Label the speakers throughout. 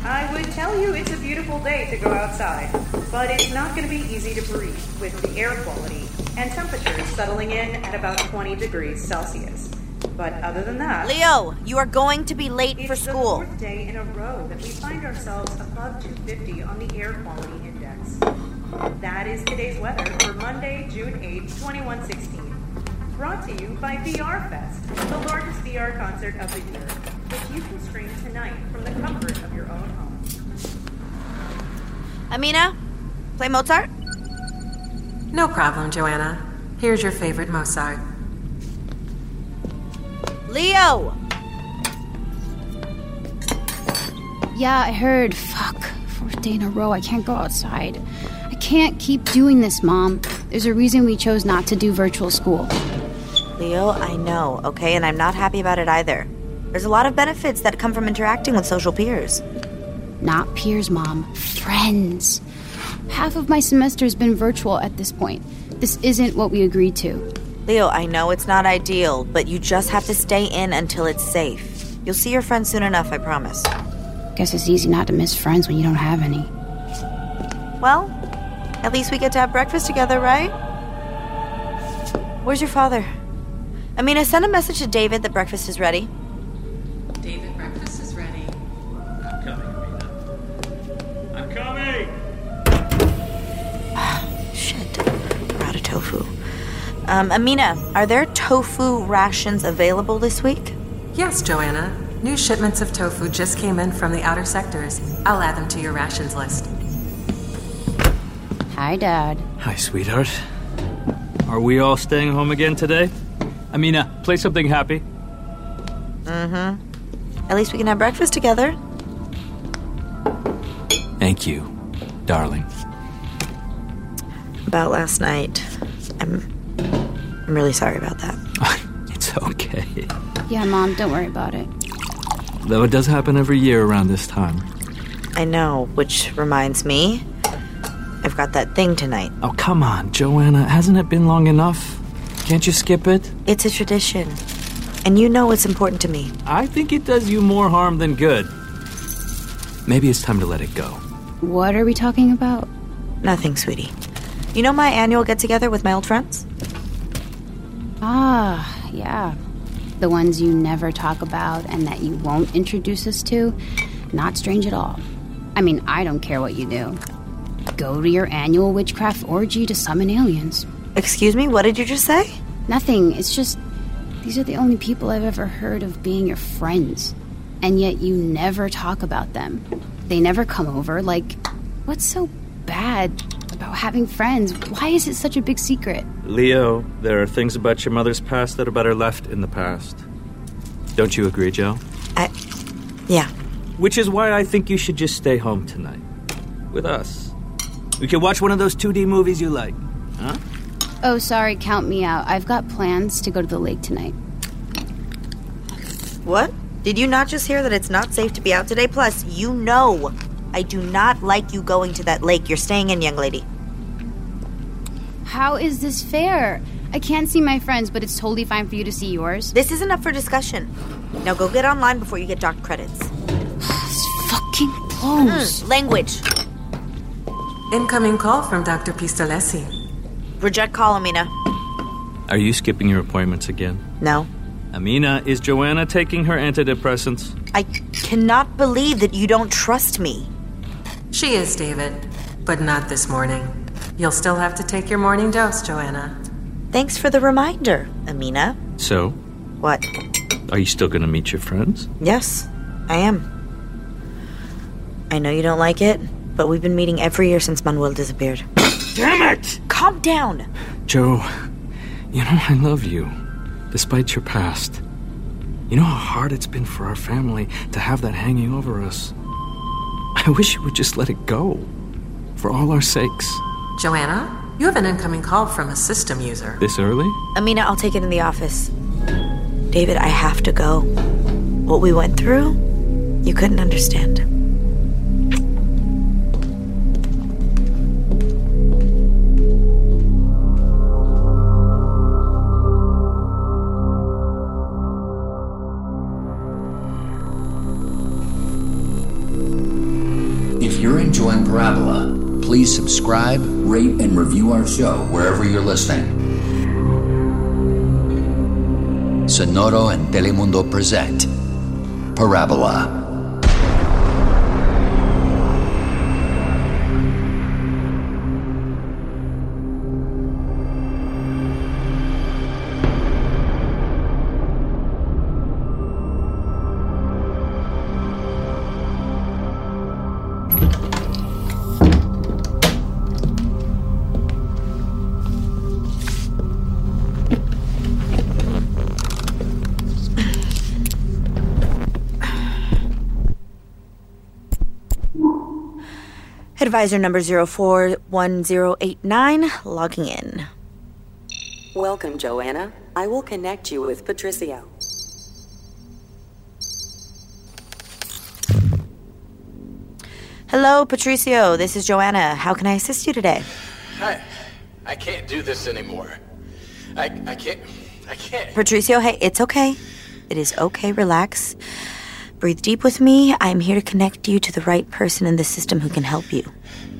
Speaker 1: tell you it's a beautiful day to go outside, but it's not going to be easy to breathe with the air quality and temperatures settling in at about 20 degrees Celsius. But other than that,
Speaker 2: Leo, you are going to be late
Speaker 1: it's
Speaker 2: for
Speaker 1: the
Speaker 2: school.
Speaker 1: fourth day in a row that we find ourselves above 250 on the air quality index. That is today's weather for Monday, June 8, 2116. Brought to you by VR Fest, the largest VR concert of the year, which you can stream tonight from the comfort of your own home.
Speaker 2: Amina, play Mozart?
Speaker 3: No problem, Joanna. Here's your favorite Mozart.
Speaker 2: Leo!
Speaker 4: Yeah, I heard. Fuck. Fourth day in a row, I can't go outside. I can't keep doing this, Mom. There's a reason we chose not to do virtual school.
Speaker 2: Leo, I know, okay, and I'm not happy about it either. There's a lot of benefits that come from interacting with social peers.
Speaker 4: Not peers, Mom. Friends. Half of my semester has been virtual at this point. This isn't what we agreed to.
Speaker 2: Leo, I know it's not ideal, but you just have to stay in until it's safe. You'll see your friends soon enough, I promise.
Speaker 4: Guess it's easy not to miss friends when you don't have any.
Speaker 2: Well, at least we get to have breakfast together, right? Where's your father? Amina, send a message to David that breakfast is ready.
Speaker 3: David, breakfast is ready.
Speaker 5: I'm coming, Amina. I'm coming!
Speaker 2: Shit. We're out of tofu. Um, Amina, are there tofu rations available this week?
Speaker 3: Yes, Joanna. New shipments of tofu just came in from the outer sectors. I'll add them to your rations list.
Speaker 4: Hi, Dad.
Speaker 5: Hi, sweetheart. Are we all staying home again today? Amina, play something happy.
Speaker 2: At least we can have breakfast together.
Speaker 5: Thank you, darling.
Speaker 2: About last night. I'm. I'm really sorry about that.
Speaker 5: it's okay.
Speaker 4: Yeah, Mom, don't worry about it.
Speaker 5: Though it does happen every year around this time.
Speaker 2: I know, which reminds me. I've got that thing tonight.
Speaker 5: Oh, come on, Joanna. Hasn't it been long enough? Can't you skip it?
Speaker 2: It's a tradition. And you know it's important to me.
Speaker 5: I think it does you more harm than good. Maybe it's time to let it go.
Speaker 4: What are we talking about?
Speaker 2: Nothing, sweetie. You know my annual get together with my old friends?
Speaker 4: Ah, yeah. The ones you never talk about and that you won't introduce us to? Not strange at all. I mean, I don't care what you do. Go to your annual witchcraft orgy to summon aliens.
Speaker 2: Excuse me, what did you just say?
Speaker 4: Nothing, it's just these are the only people I've ever heard of being your friends. And yet you never talk about them. They never come over. Like, what's so bad about having friends? Why is it such a big secret?
Speaker 5: Leo, there are things about your mother's past that are better left in the past. Don't you agree, Joe?
Speaker 2: I. Yeah.
Speaker 5: Which is why I think you should just stay home tonight. With us. We can watch one of those 2D movies you like. Huh?
Speaker 4: Oh, sorry, count me out. I've got plans to go to the lake tonight.
Speaker 2: What? Did you not just hear that it's not safe to be out today? Plus, you know I do not like you going to that lake. You're staying in, young lady.
Speaker 4: How is this fair? I can't see my friends, but it's totally fine for you to see yours.
Speaker 2: This isn't up for discussion. Now go get online before you get docked credits.
Speaker 4: This fucking blows.
Speaker 2: Mm, Language.
Speaker 3: Incoming call from Dr. Pistolesi.
Speaker 2: Reject call, Amina.
Speaker 5: Are you skipping your appointments again?
Speaker 2: No.
Speaker 5: Amina, is Joanna taking her antidepressants?
Speaker 2: I cannot believe that you don't trust me.
Speaker 3: She is, David, but not this morning. You'll still have to take your morning dose, Joanna.
Speaker 2: Thanks for the reminder, Amina.
Speaker 5: So,
Speaker 2: What?
Speaker 5: are you still going to meet your friends?
Speaker 2: Yes, I am. I know you don't like it, but we've been meeting every year since Manuel disappeared.
Speaker 5: Damn it!
Speaker 2: Calm down.
Speaker 5: Joe, you know I love you, despite your past. You know how hard it's been for our family to have that hanging over us. I wish you would just let it go. For all our sakes.
Speaker 3: Joanna, you have an incoming call from a system user.
Speaker 5: This early?
Speaker 2: Amina, I'll take it in the office. David, I have to go. What we went through, you couldn't understand.
Speaker 6: Enjoying Parabola. Please subscribe, rate, and review our show wherever you're listening. Sonoro and Telemundo present Parabola.
Speaker 2: Advisor number 041089, logging in.
Speaker 7: Welcome, Joanna. I will connect you with Patricio.
Speaker 2: Hello, Patricio. This is Joanna. How can I assist you today?
Speaker 8: I, I can't do this anymore. I, I can't. I can't.
Speaker 2: Patricio, hey, it's okay. It is okay. Relax. Breathe deep with me. I'm here to connect you to the right person in the system who can help you.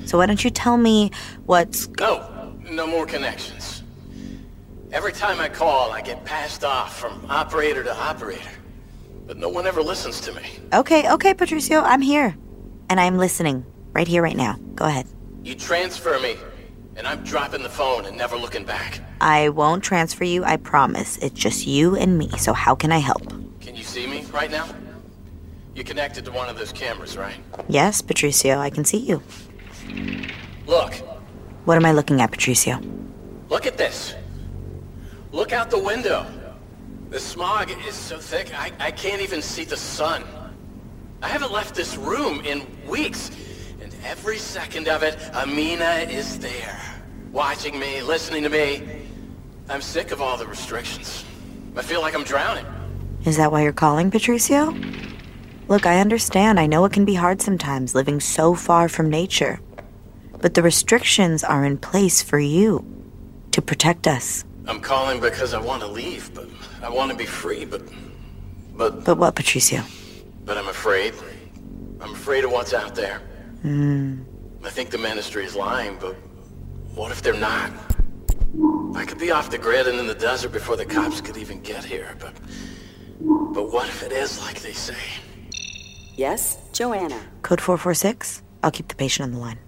Speaker 2: So why don't you tell me what's.
Speaker 8: No, no more connections. Every time I call, I get passed off from operator to operator, but no one ever listens to me.
Speaker 2: Okay, okay, Patricio, I'm here. And I'm listening. Right here, right now. Go ahead.
Speaker 8: You transfer me, and I'm dropping the phone and never looking back.
Speaker 2: I won't transfer you, I promise. It's just you and me, so how can I help?
Speaker 8: Can you see me right now? You connected to one of those cameras, right?
Speaker 2: Yes, Patricio, I can see you.
Speaker 8: Look,
Speaker 2: What am I looking at, Patricio?
Speaker 8: look at this. Look out the window. The smog is so thick, I, I can't even see the sun. I haven't left this room in weeks, and every second of it, Amina is there, watching me, listening to me. I'm sick of all the restrictions. I feel like I'm drowning.
Speaker 2: Is that why you're calling, Patricio? Look, I understand. I know it can be hard sometimes living so far from nature. But the restrictions are in place for you to protect us.
Speaker 8: I'm calling because I want to leave, but I want to be free, but but
Speaker 2: But what, Patricio?
Speaker 8: But I'm afraid. I'm afraid of what's out there. I think the ministry is lying, but what if they're not? I could be off the grid and in the desert before the cops could even get here, but but what if it is like they say?
Speaker 7: Yes, Joanna.
Speaker 2: Code 446? I'll keep the patient on the line.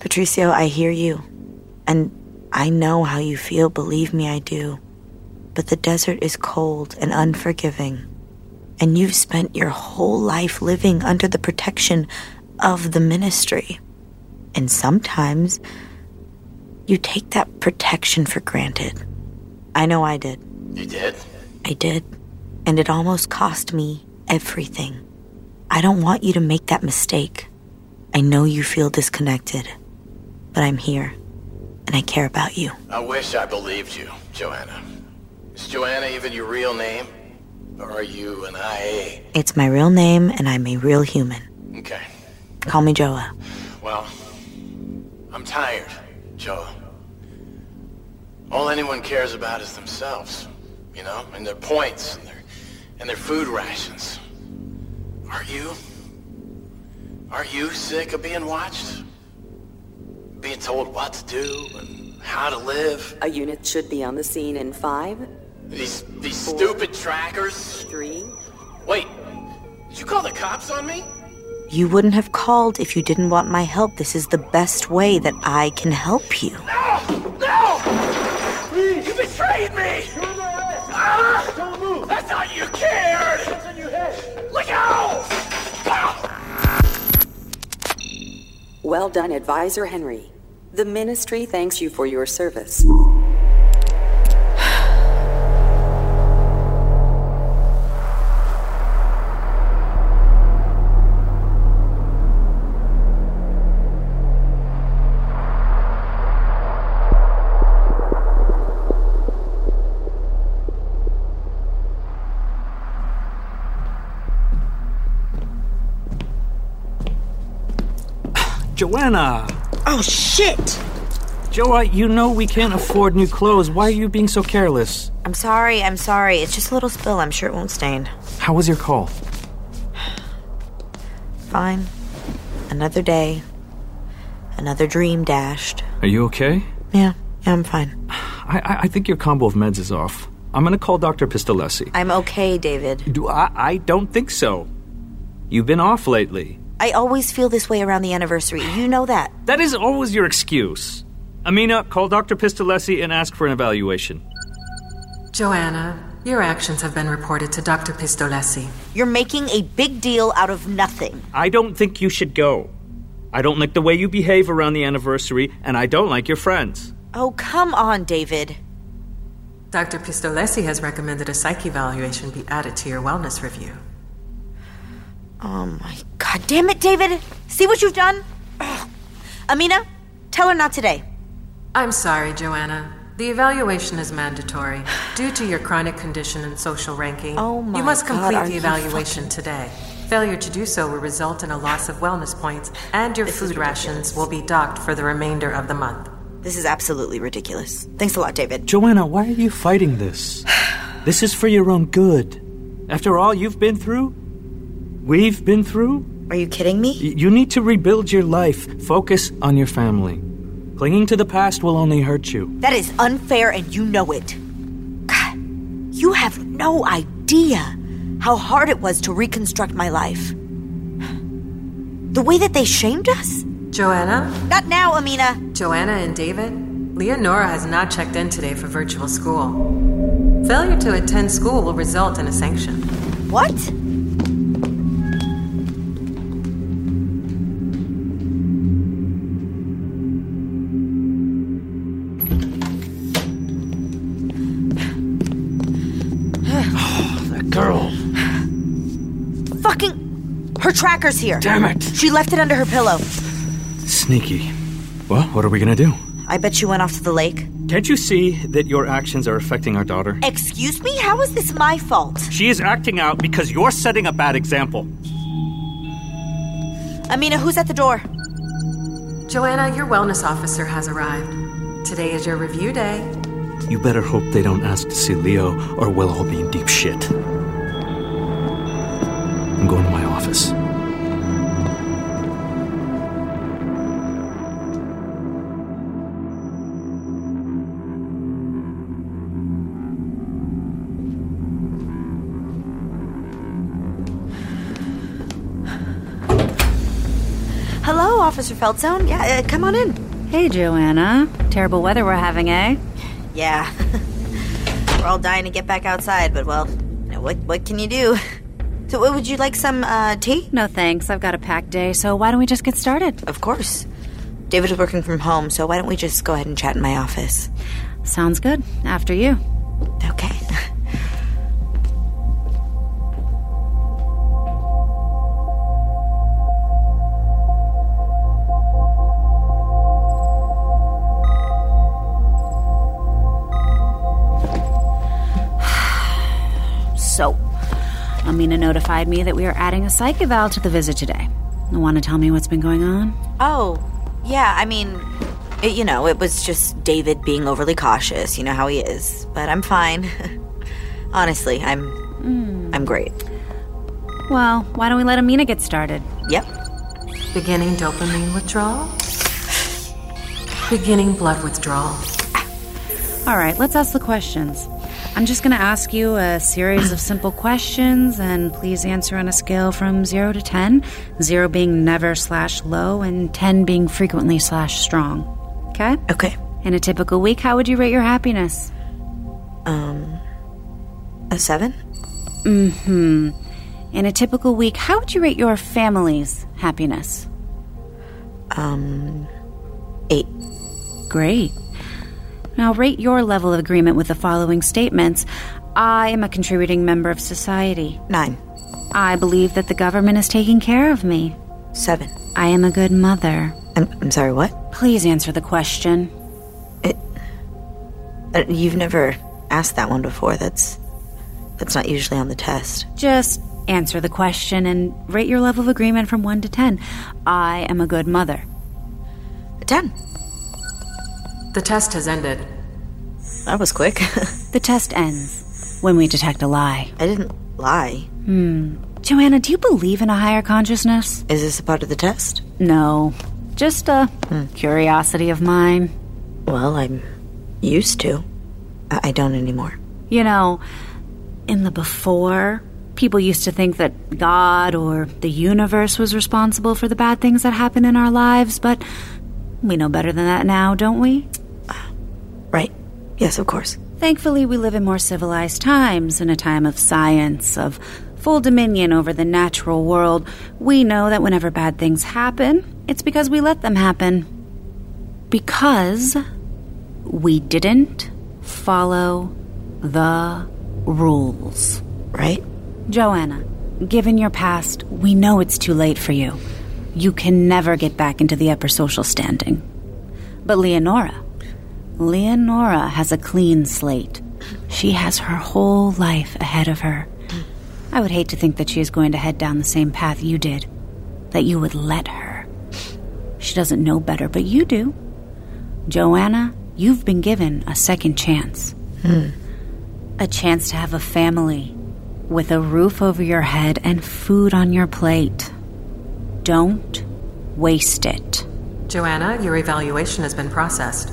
Speaker 2: Patricio, I hear you. And I know how you feel, believe me, I do. But the desert is cold and unforgiving. And you've spent your whole life living under the protection of the ministry. And sometimes you take that protection for granted. I know I did.
Speaker 8: You did?
Speaker 2: I did. And it almost cost me everything. I don't want you to make that mistake. I know you feel disconnected, but I'm here and I care about you.
Speaker 8: I wish I believed you, Joanna. Is Joanna even your real name? Or are you an IA?
Speaker 2: It's my real name and I'm a real human.
Speaker 8: Okay.
Speaker 2: Call me Joa.
Speaker 8: Well, I'm tired, Joe. All anyone cares about is themselves, you know, and their points and their and their food rations. Are you? Are you sick of being watched? Being told what to do and how to live?
Speaker 7: A unit should be on the scene in five,
Speaker 8: These these stupid trackers.
Speaker 7: three.
Speaker 8: Wait, did you call the cops on me?
Speaker 2: You wouldn't have called if you didn't want my help. This is the best way that I can help you.
Speaker 8: No! No! Please! You betrayed me! Ah! Don't move! I thought you cared! What's on your head? Look out! Ah!
Speaker 7: Well done, Advisor Henry. The ministry thanks you for your service.
Speaker 5: Joanna!
Speaker 2: Oh, shit!
Speaker 5: Joa, you know we can't afford new clothes. Why are you being so careless?
Speaker 2: I'm sorry, I'm sorry. It's just a little spill. I'm sure it won't stain.
Speaker 5: How was your call?
Speaker 2: Fine. Another day. Another dream dashed.
Speaker 5: Are you okay?
Speaker 2: Yeah, yeah, I'm fine.
Speaker 5: I, I, I think your combo of meds is off. I'm gonna call Dr. Pistolesi.
Speaker 2: I'm okay, David.
Speaker 5: Do I, I don't think so. You've been off lately.
Speaker 2: I always feel this way around the anniversary. You know that.
Speaker 5: That is always your excuse. Amina, call Dr. Pistolesi and ask for an evaluation.
Speaker 3: Joanna, your actions have been reported to Dr. Pistolesi.
Speaker 2: You're making a big deal out of nothing.
Speaker 5: I don't think you should go. I don't like the way you behave around the anniversary, and I don't like your friends.
Speaker 2: Oh, come on, David.
Speaker 3: Dr. Pistolesi has recommended a psyche evaluation be added to your wellness review.
Speaker 2: Oh my god damn it, David! See what you've done? Ugh. Amina, tell her not today.
Speaker 3: I'm sorry, Joanna. The evaluation is mandatory due to your chronic condition and social ranking.
Speaker 2: Oh my
Speaker 3: you must
Speaker 2: God,
Speaker 3: complete
Speaker 2: are
Speaker 3: the
Speaker 2: you
Speaker 3: evaluation today. Failure to do so will result in a loss of wellness points, and your
Speaker 2: This is
Speaker 3: food rations will be docked for the remainder of the month.
Speaker 2: This is absolutely ridiculous. Thanks a lot, David.
Speaker 5: Joanna, why are you fighting this? This is for your own good. After all you've been through, we've been through,
Speaker 2: Are you kidding me?
Speaker 5: y- you need to rebuild your life. Focus on your family. Clinging to the past will only hurt you.
Speaker 2: That is unfair and you know it. God, you have no idea how hard it was to reconstruct my life. The way that they shamed us?
Speaker 3: Joanna?
Speaker 2: Not now, Amina.
Speaker 3: Joanna and David? Leonora has not checked in today for virtual school. Failure to attend school will result in a sanction.
Speaker 2: What?
Speaker 5: That girl.
Speaker 2: Fucking. Her tracker's here.
Speaker 5: Damn it.
Speaker 2: She left it under her pillow.
Speaker 5: Sneaky. Well, what are we gonna do?
Speaker 2: I bet she went off to the lake.
Speaker 5: Can't you see that your actions are affecting our daughter?
Speaker 2: Excuse me? How is this my fault?
Speaker 5: She is acting out because you're setting a bad example.
Speaker 2: Amina, who's at the door?
Speaker 3: Joanna, your wellness officer has arrived. Today is your review day.
Speaker 5: You better hope they don't ask to see Leo, or we'll all be in deep shit. I'm going to my office.
Speaker 2: Hello, Officer Feltzone. Yeah, uh, come on in.
Speaker 9: Hey, Joanna. Terrible weather we're having, eh?
Speaker 2: Yeah. We're all dying to get back outside, but well, you know, what what can you do? So, what would you like some uh, tea?
Speaker 9: No thanks, I've got a packed day, so why don't we just get started?
Speaker 2: Of course. David is working from home, so why don't we just go ahead and chat in my office?
Speaker 9: Sounds good. After you.
Speaker 2: Okay.
Speaker 9: So, Amina notified me that we are adding a psych eval to the visit today. Want to tell me what's been going on?
Speaker 2: Oh, yeah. I mean, it, you know, it was just David being overly cautious. You know how he is. But I'm fine. Honestly, I'm I'm great.
Speaker 9: Well, why don't we let Amina get started?
Speaker 2: Yep.
Speaker 3: Beginning dopamine withdrawal. Beginning blood withdrawal.
Speaker 9: All right, let's ask the questions. I'm just going to ask you a series of simple questions, and please answer on a scale from 0 to 10, 0 being never slash low, and 10 being frequently slash strong. Okay?
Speaker 2: Okay.
Speaker 9: In a typical week, how would you rate your happiness?
Speaker 2: A seven.
Speaker 9: In a typical week, how would you rate your family's happiness?
Speaker 2: Um, eight.
Speaker 9: Great. Now, rate your level of agreement with the following statements I am a contributing member of society.
Speaker 2: Nine.
Speaker 9: I believe that the government is taking care of me.
Speaker 2: Seven.
Speaker 9: I am a good mother.
Speaker 2: I'm, I'm sorry. What?
Speaker 9: Please answer the question.
Speaker 2: Uh, You've never asked that one before. That's that's not usually on the test.
Speaker 9: Just answer the question and rate your level of agreement from 1 to 10. I am a good mother.
Speaker 2: A ten.
Speaker 3: The test has ended.
Speaker 2: That was quick.
Speaker 9: The test ends when we detect a lie.
Speaker 2: I didn't lie.
Speaker 9: Joanna, do you believe in a higher consciousness?
Speaker 2: Is this a part of the test?
Speaker 9: No. Just a curiosity of mine.
Speaker 2: Well, I'm used to. I, I don't anymore.
Speaker 9: You know, in the before, people used to think that God or the universe was responsible for the bad things that happen in our lives, but we know better than that now, don't we?
Speaker 2: Right. Yes, of course.
Speaker 9: Thankfully, we live in more civilized times, in a time of science, of full dominion over the natural world. We know that whenever bad things happen, it's because we let them happen. Because we didn't follow the rules.
Speaker 2: Right?
Speaker 9: Joanna, given your past, we know it's too late for you. You can never get back into the upper social standing. But Leonora, Leonora has a clean slate. She has her whole life ahead of her. I would hate to think that she is going to head down the same path you did, that you would let her. She doesn't know better, but you do. Joanna, you've been given a second chance. A chance to have a family with a roof over your head and food on your plate. Don't waste it.
Speaker 3: Joanna, your evaluation has been processed.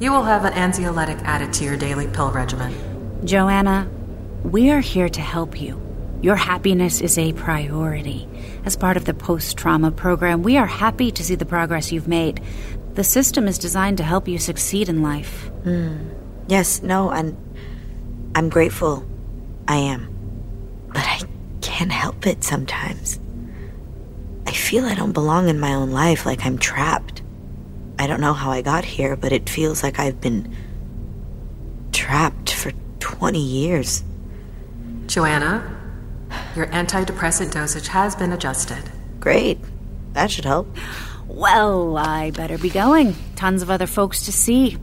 Speaker 3: You will have an anxiolytic added to your daily pill regimen.
Speaker 9: Joanna, we are here to help you. Your happiness is a priority. As part of the post trauma program, we are happy to see the progress you've made. The system is designed to help you succeed in life.
Speaker 2: Yes, no, and I'm grateful. I am. But I can't help it sometimes. I feel I don't belong in my own life, like I'm trapped. I don't know how I got here, but it feels like I've been trapped for 20 years.
Speaker 3: Joanna, your antidepressant dosage has been adjusted.
Speaker 2: Great. That should help.
Speaker 9: Well, I better be going. Tons of other folks to see.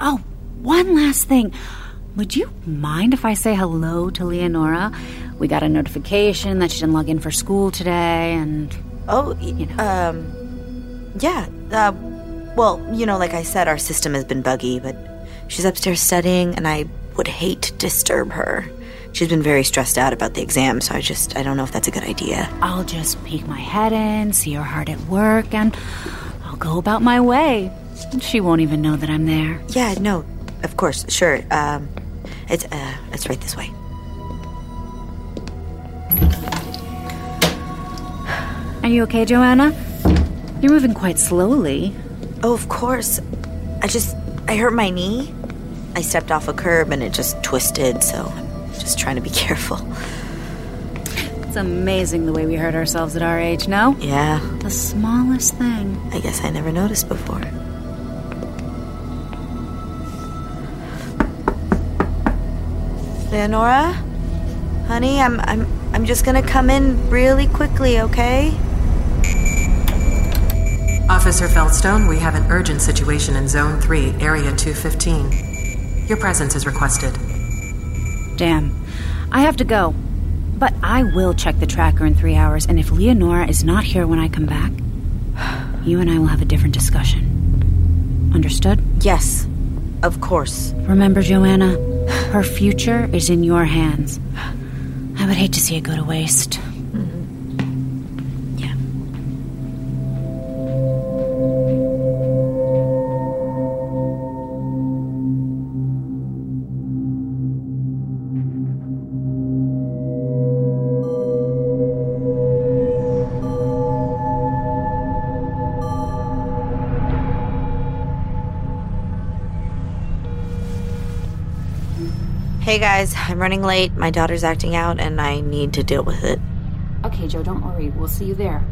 Speaker 9: Oh, one last thing. Would you mind if I say hello to Leonora? We got a notification that she didn't log in for school today, and
Speaker 2: Oh, y- um, yeah. Uh, well, you know, like I said, our system has been buggy, but she's upstairs studying, and I would hate to disturb her. She's been very stressed out about the exam, so I just I don't know if that's a good idea.
Speaker 9: I'll just peek my head in, see her hard at work, and I'll go about my way. She won't even know that I'm there.
Speaker 2: Yeah, no, of course, sure. Um, it's uh, it's right this way.
Speaker 9: Are you okay, Joanna? You're moving quite slowly.
Speaker 2: Oh, of course. I just I hurt my knee. I stepped off a curb and it just twisted, so I'm just trying to be careful.
Speaker 9: It's amazing the way we hurt ourselves at our age, no?
Speaker 2: Yeah,
Speaker 9: The smallest thing.
Speaker 2: I guess I never noticed before. Leonora, honey, I'm I'm I'm just gonna come in really quickly, okay?
Speaker 3: Officer Feldstone, we have an urgent situation in Zone 3, Area 215. Your presence is requested.
Speaker 9: Damn. I have to go. But I will check the tracker in three hours, and if Leonora is not here when I come back, you and I will have a different discussion. Understood?
Speaker 2: Yes, of course.
Speaker 9: Remember, Joanna, her future is in your hands. I would hate to see it go to waste.
Speaker 2: Yeah. Hey guys, I'm running late. My daughter's acting out and I need to deal with it.
Speaker 10: Okay, Joe, don't worry. We'll see you there.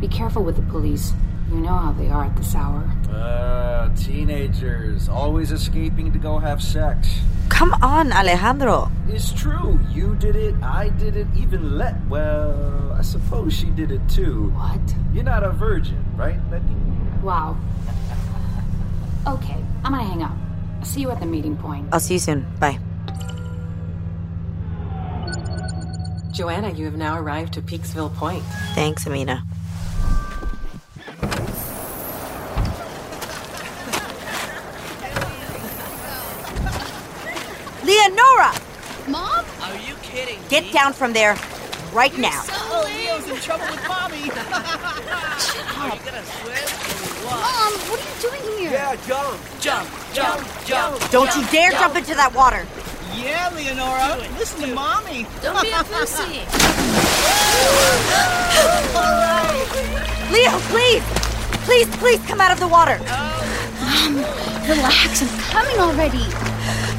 Speaker 10: Be careful with the police. You know how they are at this hour.
Speaker 11: Uh, teenagers always escaping to go have sex.
Speaker 2: Come on, Alejandro.
Speaker 11: It's true. You did it. I did it. Even let. Well, I suppose she did it too.
Speaker 10: What?
Speaker 11: You're not a virgin, right, Letty?
Speaker 10: Wow. Okay, I'm gonna hang up. I'll see you at the meeting point.
Speaker 2: I'll see you soon. Bye.
Speaker 3: Joanna, you have now arrived to Peaksville Point.
Speaker 2: Thanks, Amina. Leonora!
Speaker 4: Mom?
Speaker 2: Get down from there. right now.
Speaker 12: Oh, Leo's in trouble with mommy. Are you gonna swim? Mom,
Speaker 4: what are you doing here?
Speaker 12: Yeah, jump, jump, jump, jump.
Speaker 2: Don't you dare jump into that water.
Speaker 12: Yeah, Leonora, listen to mommy.
Speaker 13: Don't be a pussy.
Speaker 2: Leo, please! Please, please come out of the water!
Speaker 4: Mom, relax. I'm coming already.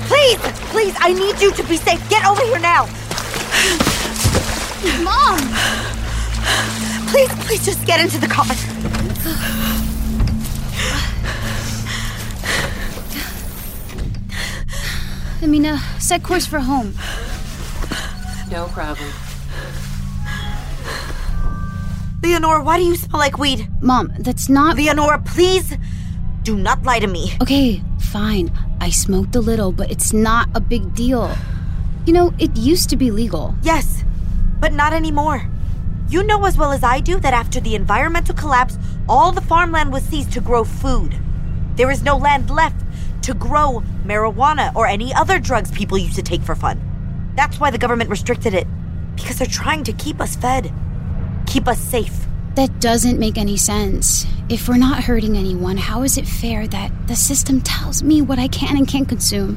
Speaker 2: Please, please, I need you to be safe. Get over here now.
Speaker 4: Mom!
Speaker 2: Please, please just get into the car.
Speaker 4: Amina, set course for home.
Speaker 3: No problem.
Speaker 2: Leonora, why do you smell like weed?
Speaker 4: Mom, that's not.
Speaker 2: Leonora, please do not lie to me.
Speaker 4: Okay, fine. I smoked a little, but it's not a big deal. You know, it used to be legal.
Speaker 2: Yes, but not anymore. You know as well as I do that after the environmental collapse, all the farmland was seized to grow food. There is no land left to grow marijuana or any other drugs people used to take for fun. That's why the government restricted it, because they're trying to keep us fed, keep us safe.
Speaker 4: That doesn't make any sense. If we're not hurting anyone, how is it fair that the system tells me what I can and can't consume?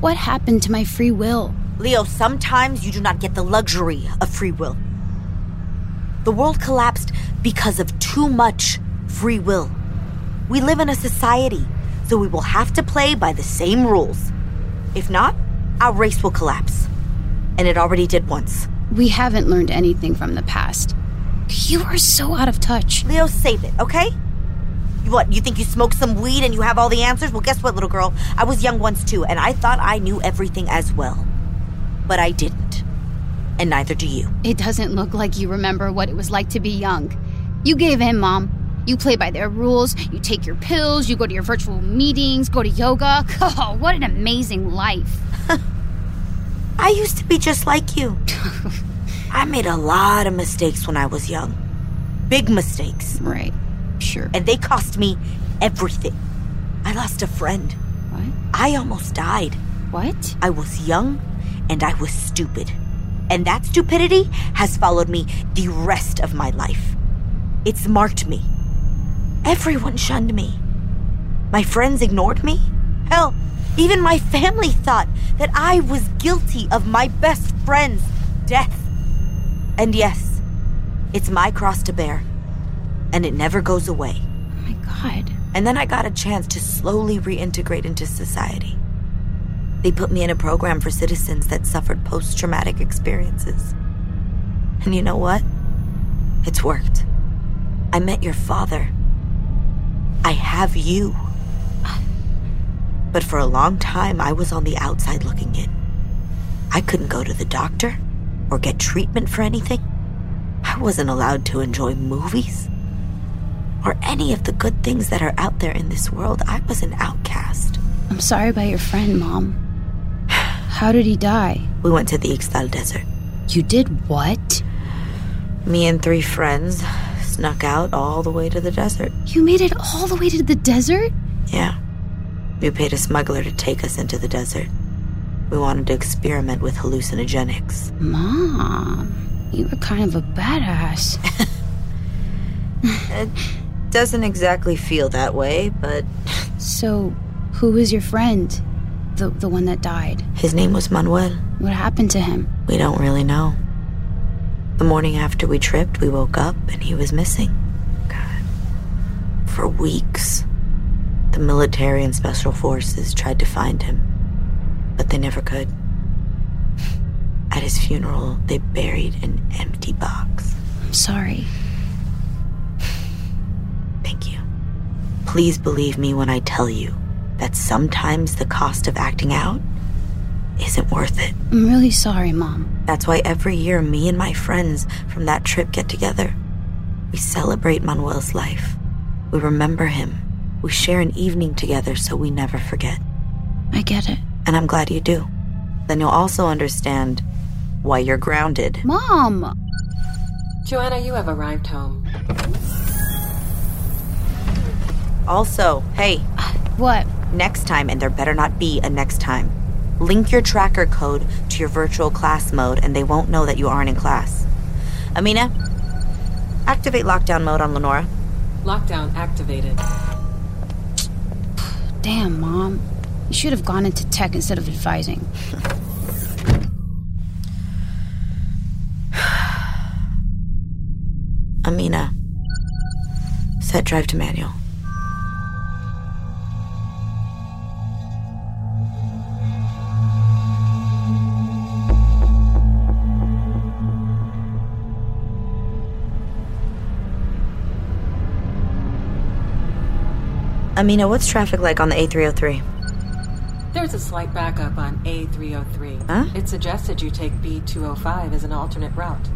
Speaker 4: What happened to my free will?
Speaker 2: Leo, sometimes you do not get the luxury of free will. The world collapsed because of too much free will. We live in a society, so we will have to play by the same rules. If not, our race will collapse. And it already did once.
Speaker 4: We haven't learned anything from the past. You are so out of touch.
Speaker 2: Leo, save it, okay? What, you think you smoke some weed and you have all the answers? Well, guess what, little girl? I was young once too, and I thought I knew everything as well. But I didn't. And neither do you.
Speaker 4: It doesn't look like you remember what it was like to be young. You gave in, Mom. You play by their rules, you take your pills, you go to your virtual meetings, go to yoga. Oh, what an amazing life.
Speaker 2: I used to be just like you. I made a lot of mistakes when I was young. Big mistakes.
Speaker 4: Right. Sure.
Speaker 2: And they cost me everything. I lost a friend.
Speaker 4: What?
Speaker 2: I almost died.
Speaker 4: What?
Speaker 2: I was young and I was stupid. And that stupidity has followed me the rest of my life. It's marked me. Everyone shunned me. My friends ignored me. Hell, even my family thought that I was guilty of my best friend's death. And yes, it's my cross to bear. And it never goes away.
Speaker 4: Oh my God.
Speaker 2: And then I got a chance to slowly reintegrate into society. They put me in a program for citizens that suffered post traumatic experiences. And you know what? It's worked. I met your father. I have you. But for a long time, I was on the outside looking in. I couldn't go to the doctor or get treatment for anything. I wasn't allowed to enjoy movies or any of the good things that are out there in this world. I was an outcast.
Speaker 4: I'm sorry by your friend, Mom. How did he die?
Speaker 2: We went to the Ixtal Desert.
Speaker 4: You did what?
Speaker 2: Me and three friends snuck out all the way to the desert.
Speaker 4: You made it all the way to the desert?
Speaker 2: Yeah. We paid a smuggler to take us into the desert. We wanted to experiment with hallucinogenics.
Speaker 4: Mom, you were kind of a badass.
Speaker 2: it doesn't exactly feel that way, but.
Speaker 4: So, who was your friend? The, the one that died?
Speaker 2: His name was Manuel.
Speaker 4: What happened to him?
Speaker 2: We don't really know. The morning after we tripped, we woke up and he was missing. God. For weeks, the military and special forces tried to find him but they never could. At his funeral, they buried an empty box.
Speaker 4: I'm sorry.
Speaker 2: Thank you. Please believe me when I tell you that sometimes the cost of acting out isn't worth it.
Speaker 4: I'm really sorry, Mom.
Speaker 2: That's why every year, me and my friends from that trip get together. We celebrate Manuel's life. We remember him. We share an evening together so we never forget.
Speaker 4: I get it
Speaker 2: and I'm glad you do. Then you'll also understand why you're grounded.
Speaker 4: Mom!
Speaker 3: Joanna, you have arrived home.
Speaker 2: Also, hey.
Speaker 4: What?
Speaker 2: Next time, and there better not be a next time. Link your tracker code to your virtual class mode, and they won't know that you aren't in class. Amina, activate lockdown mode on Lenora.
Speaker 3: Lockdown activated.
Speaker 4: Damn, Mom. You should have gone into tech instead of advising.
Speaker 2: Amina, set drive to manual. Amina, what's traffic like on the A303?
Speaker 3: There's a slight backup on A303.
Speaker 2: Huh?
Speaker 3: It suggested you take B205 as an alternate route.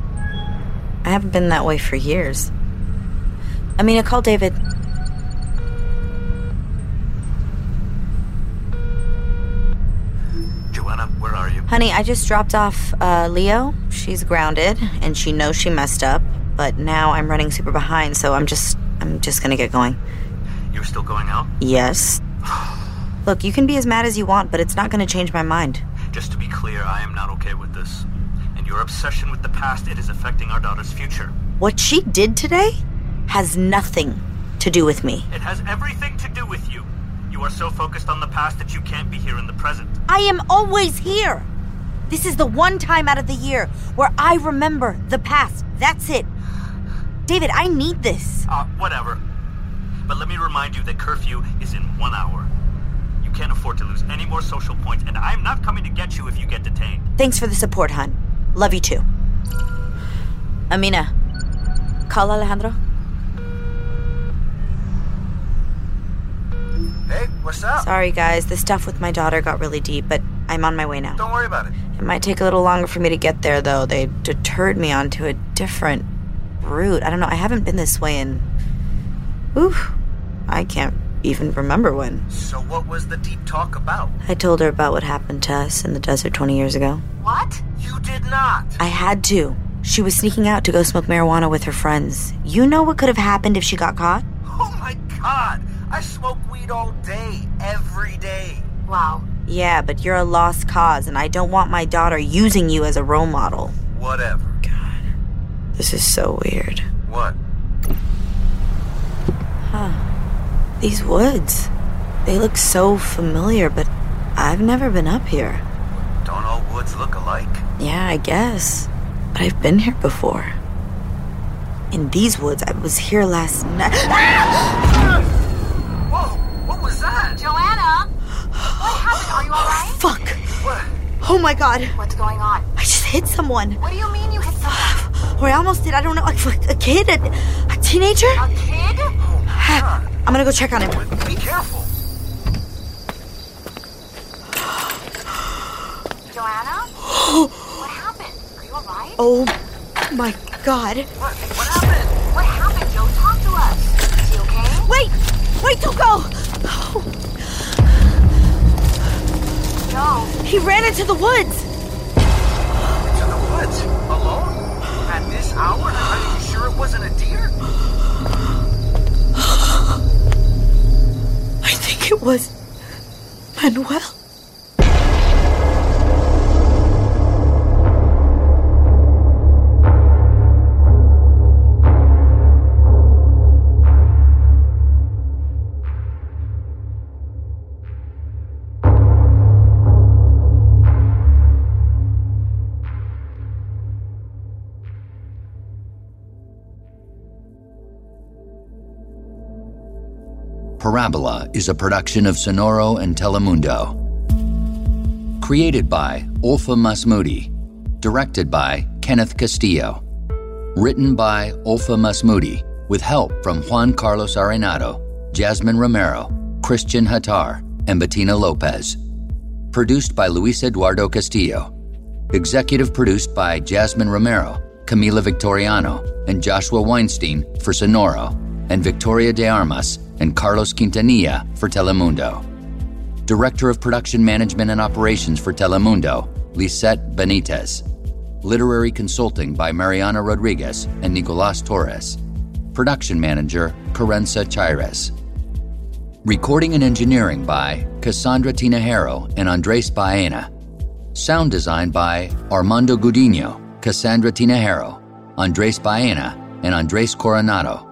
Speaker 2: I haven't been that way for years. Amina, call David.
Speaker 5: Joanna, where are you?
Speaker 2: Honey, I just dropped off uh, Leo. She's grounded, and she knows she messed up. But now I'm running super behind, so I'm just I'm just gonna get going.
Speaker 5: You're still going out?
Speaker 2: Yes. Look, you can be as mad as you want, but it's not gonna change my mind.
Speaker 5: Just to be clear, I am not okay with this. And your obsession with the past, it is affecting our daughter's future.
Speaker 2: What she did today has nothing to do with me.
Speaker 5: It has everything to do with you. You are so focused on the past that you can't be here in the present.
Speaker 2: I am always here. This is the one time out of the year where I remember the past. That's it. David, I need this.
Speaker 5: Uh, whatever. But let me remind you that curfew is in one hour. You can't afford to lose any more social points, and I'm not coming to get you if you get detained.
Speaker 2: Thanks for the support, hon. Love you too. Amina, call Alejandro.
Speaker 8: Hey, what's up?
Speaker 2: Sorry, guys, the stuff with my daughter got really deep, but I'm on my way now.
Speaker 8: Don't worry about it.
Speaker 2: It might take a little longer for me to get there, though. They deterred me onto a different route. I don't know, I haven't been this way in. Oof, I can't even remember when.
Speaker 8: So what was the deep talk about?
Speaker 2: I told her about what happened to us in the desert 20 years ago.
Speaker 8: What? You did not.
Speaker 2: I had to. She was sneaking out to go smoke marijuana with her friends. You know what could have happened if she got caught?
Speaker 8: Oh my god. I smoke weed all day, every day.
Speaker 9: Wow.
Speaker 2: Yeah, but you're a lost cause, and I don't want my daughter using you as a role model.
Speaker 8: Whatever.
Speaker 2: This is so weird.
Speaker 8: What?
Speaker 2: Huh. These woods. They look so familiar, but I've never been up here.
Speaker 8: Don't all woods look alike?
Speaker 2: Yeah, I guess. But I've been here before. In these woods, I was here last night.
Speaker 8: Whoa, what was that?
Speaker 9: Joanna! What happened? Are you alright?
Speaker 2: Fuck! Oh my god.
Speaker 9: What's going on?
Speaker 2: I just hit someone.
Speaker 9: What do you mean you hit
Speaker 5: Ah.
Speaker 9: someone?
Speaker 2: Or I almost did. I don't know. Like, like, a kid? A, a teenager?
Speaker 9: A kid?
Speaker 5: Ah.
Speaker 2: I'm gonna go check on him.
Speaker 8: Be careful.
Speaker 9: Joanna? What happened? Are you alright?
Speaker 2: Oh my god.
Speaker 8: What happened?
Speaker 9: What happened, Joe? Talk to us. Is he okay?
Speaker 2: Wait! Wait, don't go! Oh.
Speaker 9: Joe.
Speaker 2: He ran into the woods!
Speaker 8: To the woods? Alone? At this hour? Are you sure it wasn't a deer?
Speaker 2: I think it was Manuel.
Speaker 6: Parabola is a production of Sonoro and Telemundo. Created by Olfa Masmoudi. Directed by Kenneth Castillo. Written by Olfa Masmoudi with help from Juan Carlos Arenado, Jasmine Romero, Christian Hattar, and Bettina Lopez. Produced by Luis Eduardo Castillo. Executive produced by Jasmine Romero, Camila Victoriano, and Joshua Weinstein for Sonoro, and Victoria de Armas and Carlos Quintanilla for Telemundo. Director of Production Management and Operations for Telemundo, Lisette Benitez. Literary Consulting by Mariana Rodriguez and Nicolas Torres. Production Manager, Carenza Chires. Recording and Engineering by Cassandra Tinajero and Andres Baena Sound design by Armando Gudino, Cassandra Tinajero, Andres Baena, and Andres Coronado.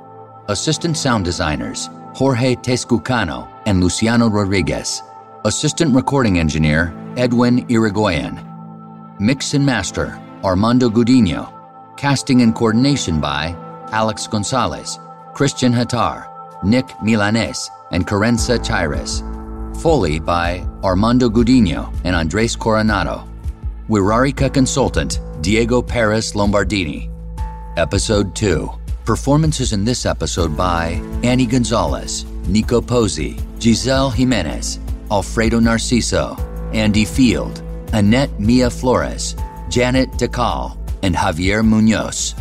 Speaker 6: Assistant sound designers Jorge Tezcucano and Luciano Rodriguez. Assistant recording engineer Edwin Irigoyen. Mix and master Armando Gudino. Casting and coordination by Alex Gonzalez, Christian Hatar, Nick Milanes, and Carenza Chires. Foley by Armando Gudino and Andres Coronado. Wirarica consultant Diego Perez Lombardini. Episode 2. Performances in this episode by Annie Gonzalez, Nico Posey, Giselle Jimenez, Alfredo Narciso, Andy Field, Annette Mia Flores, Janet DeCall, and Javier Munoz.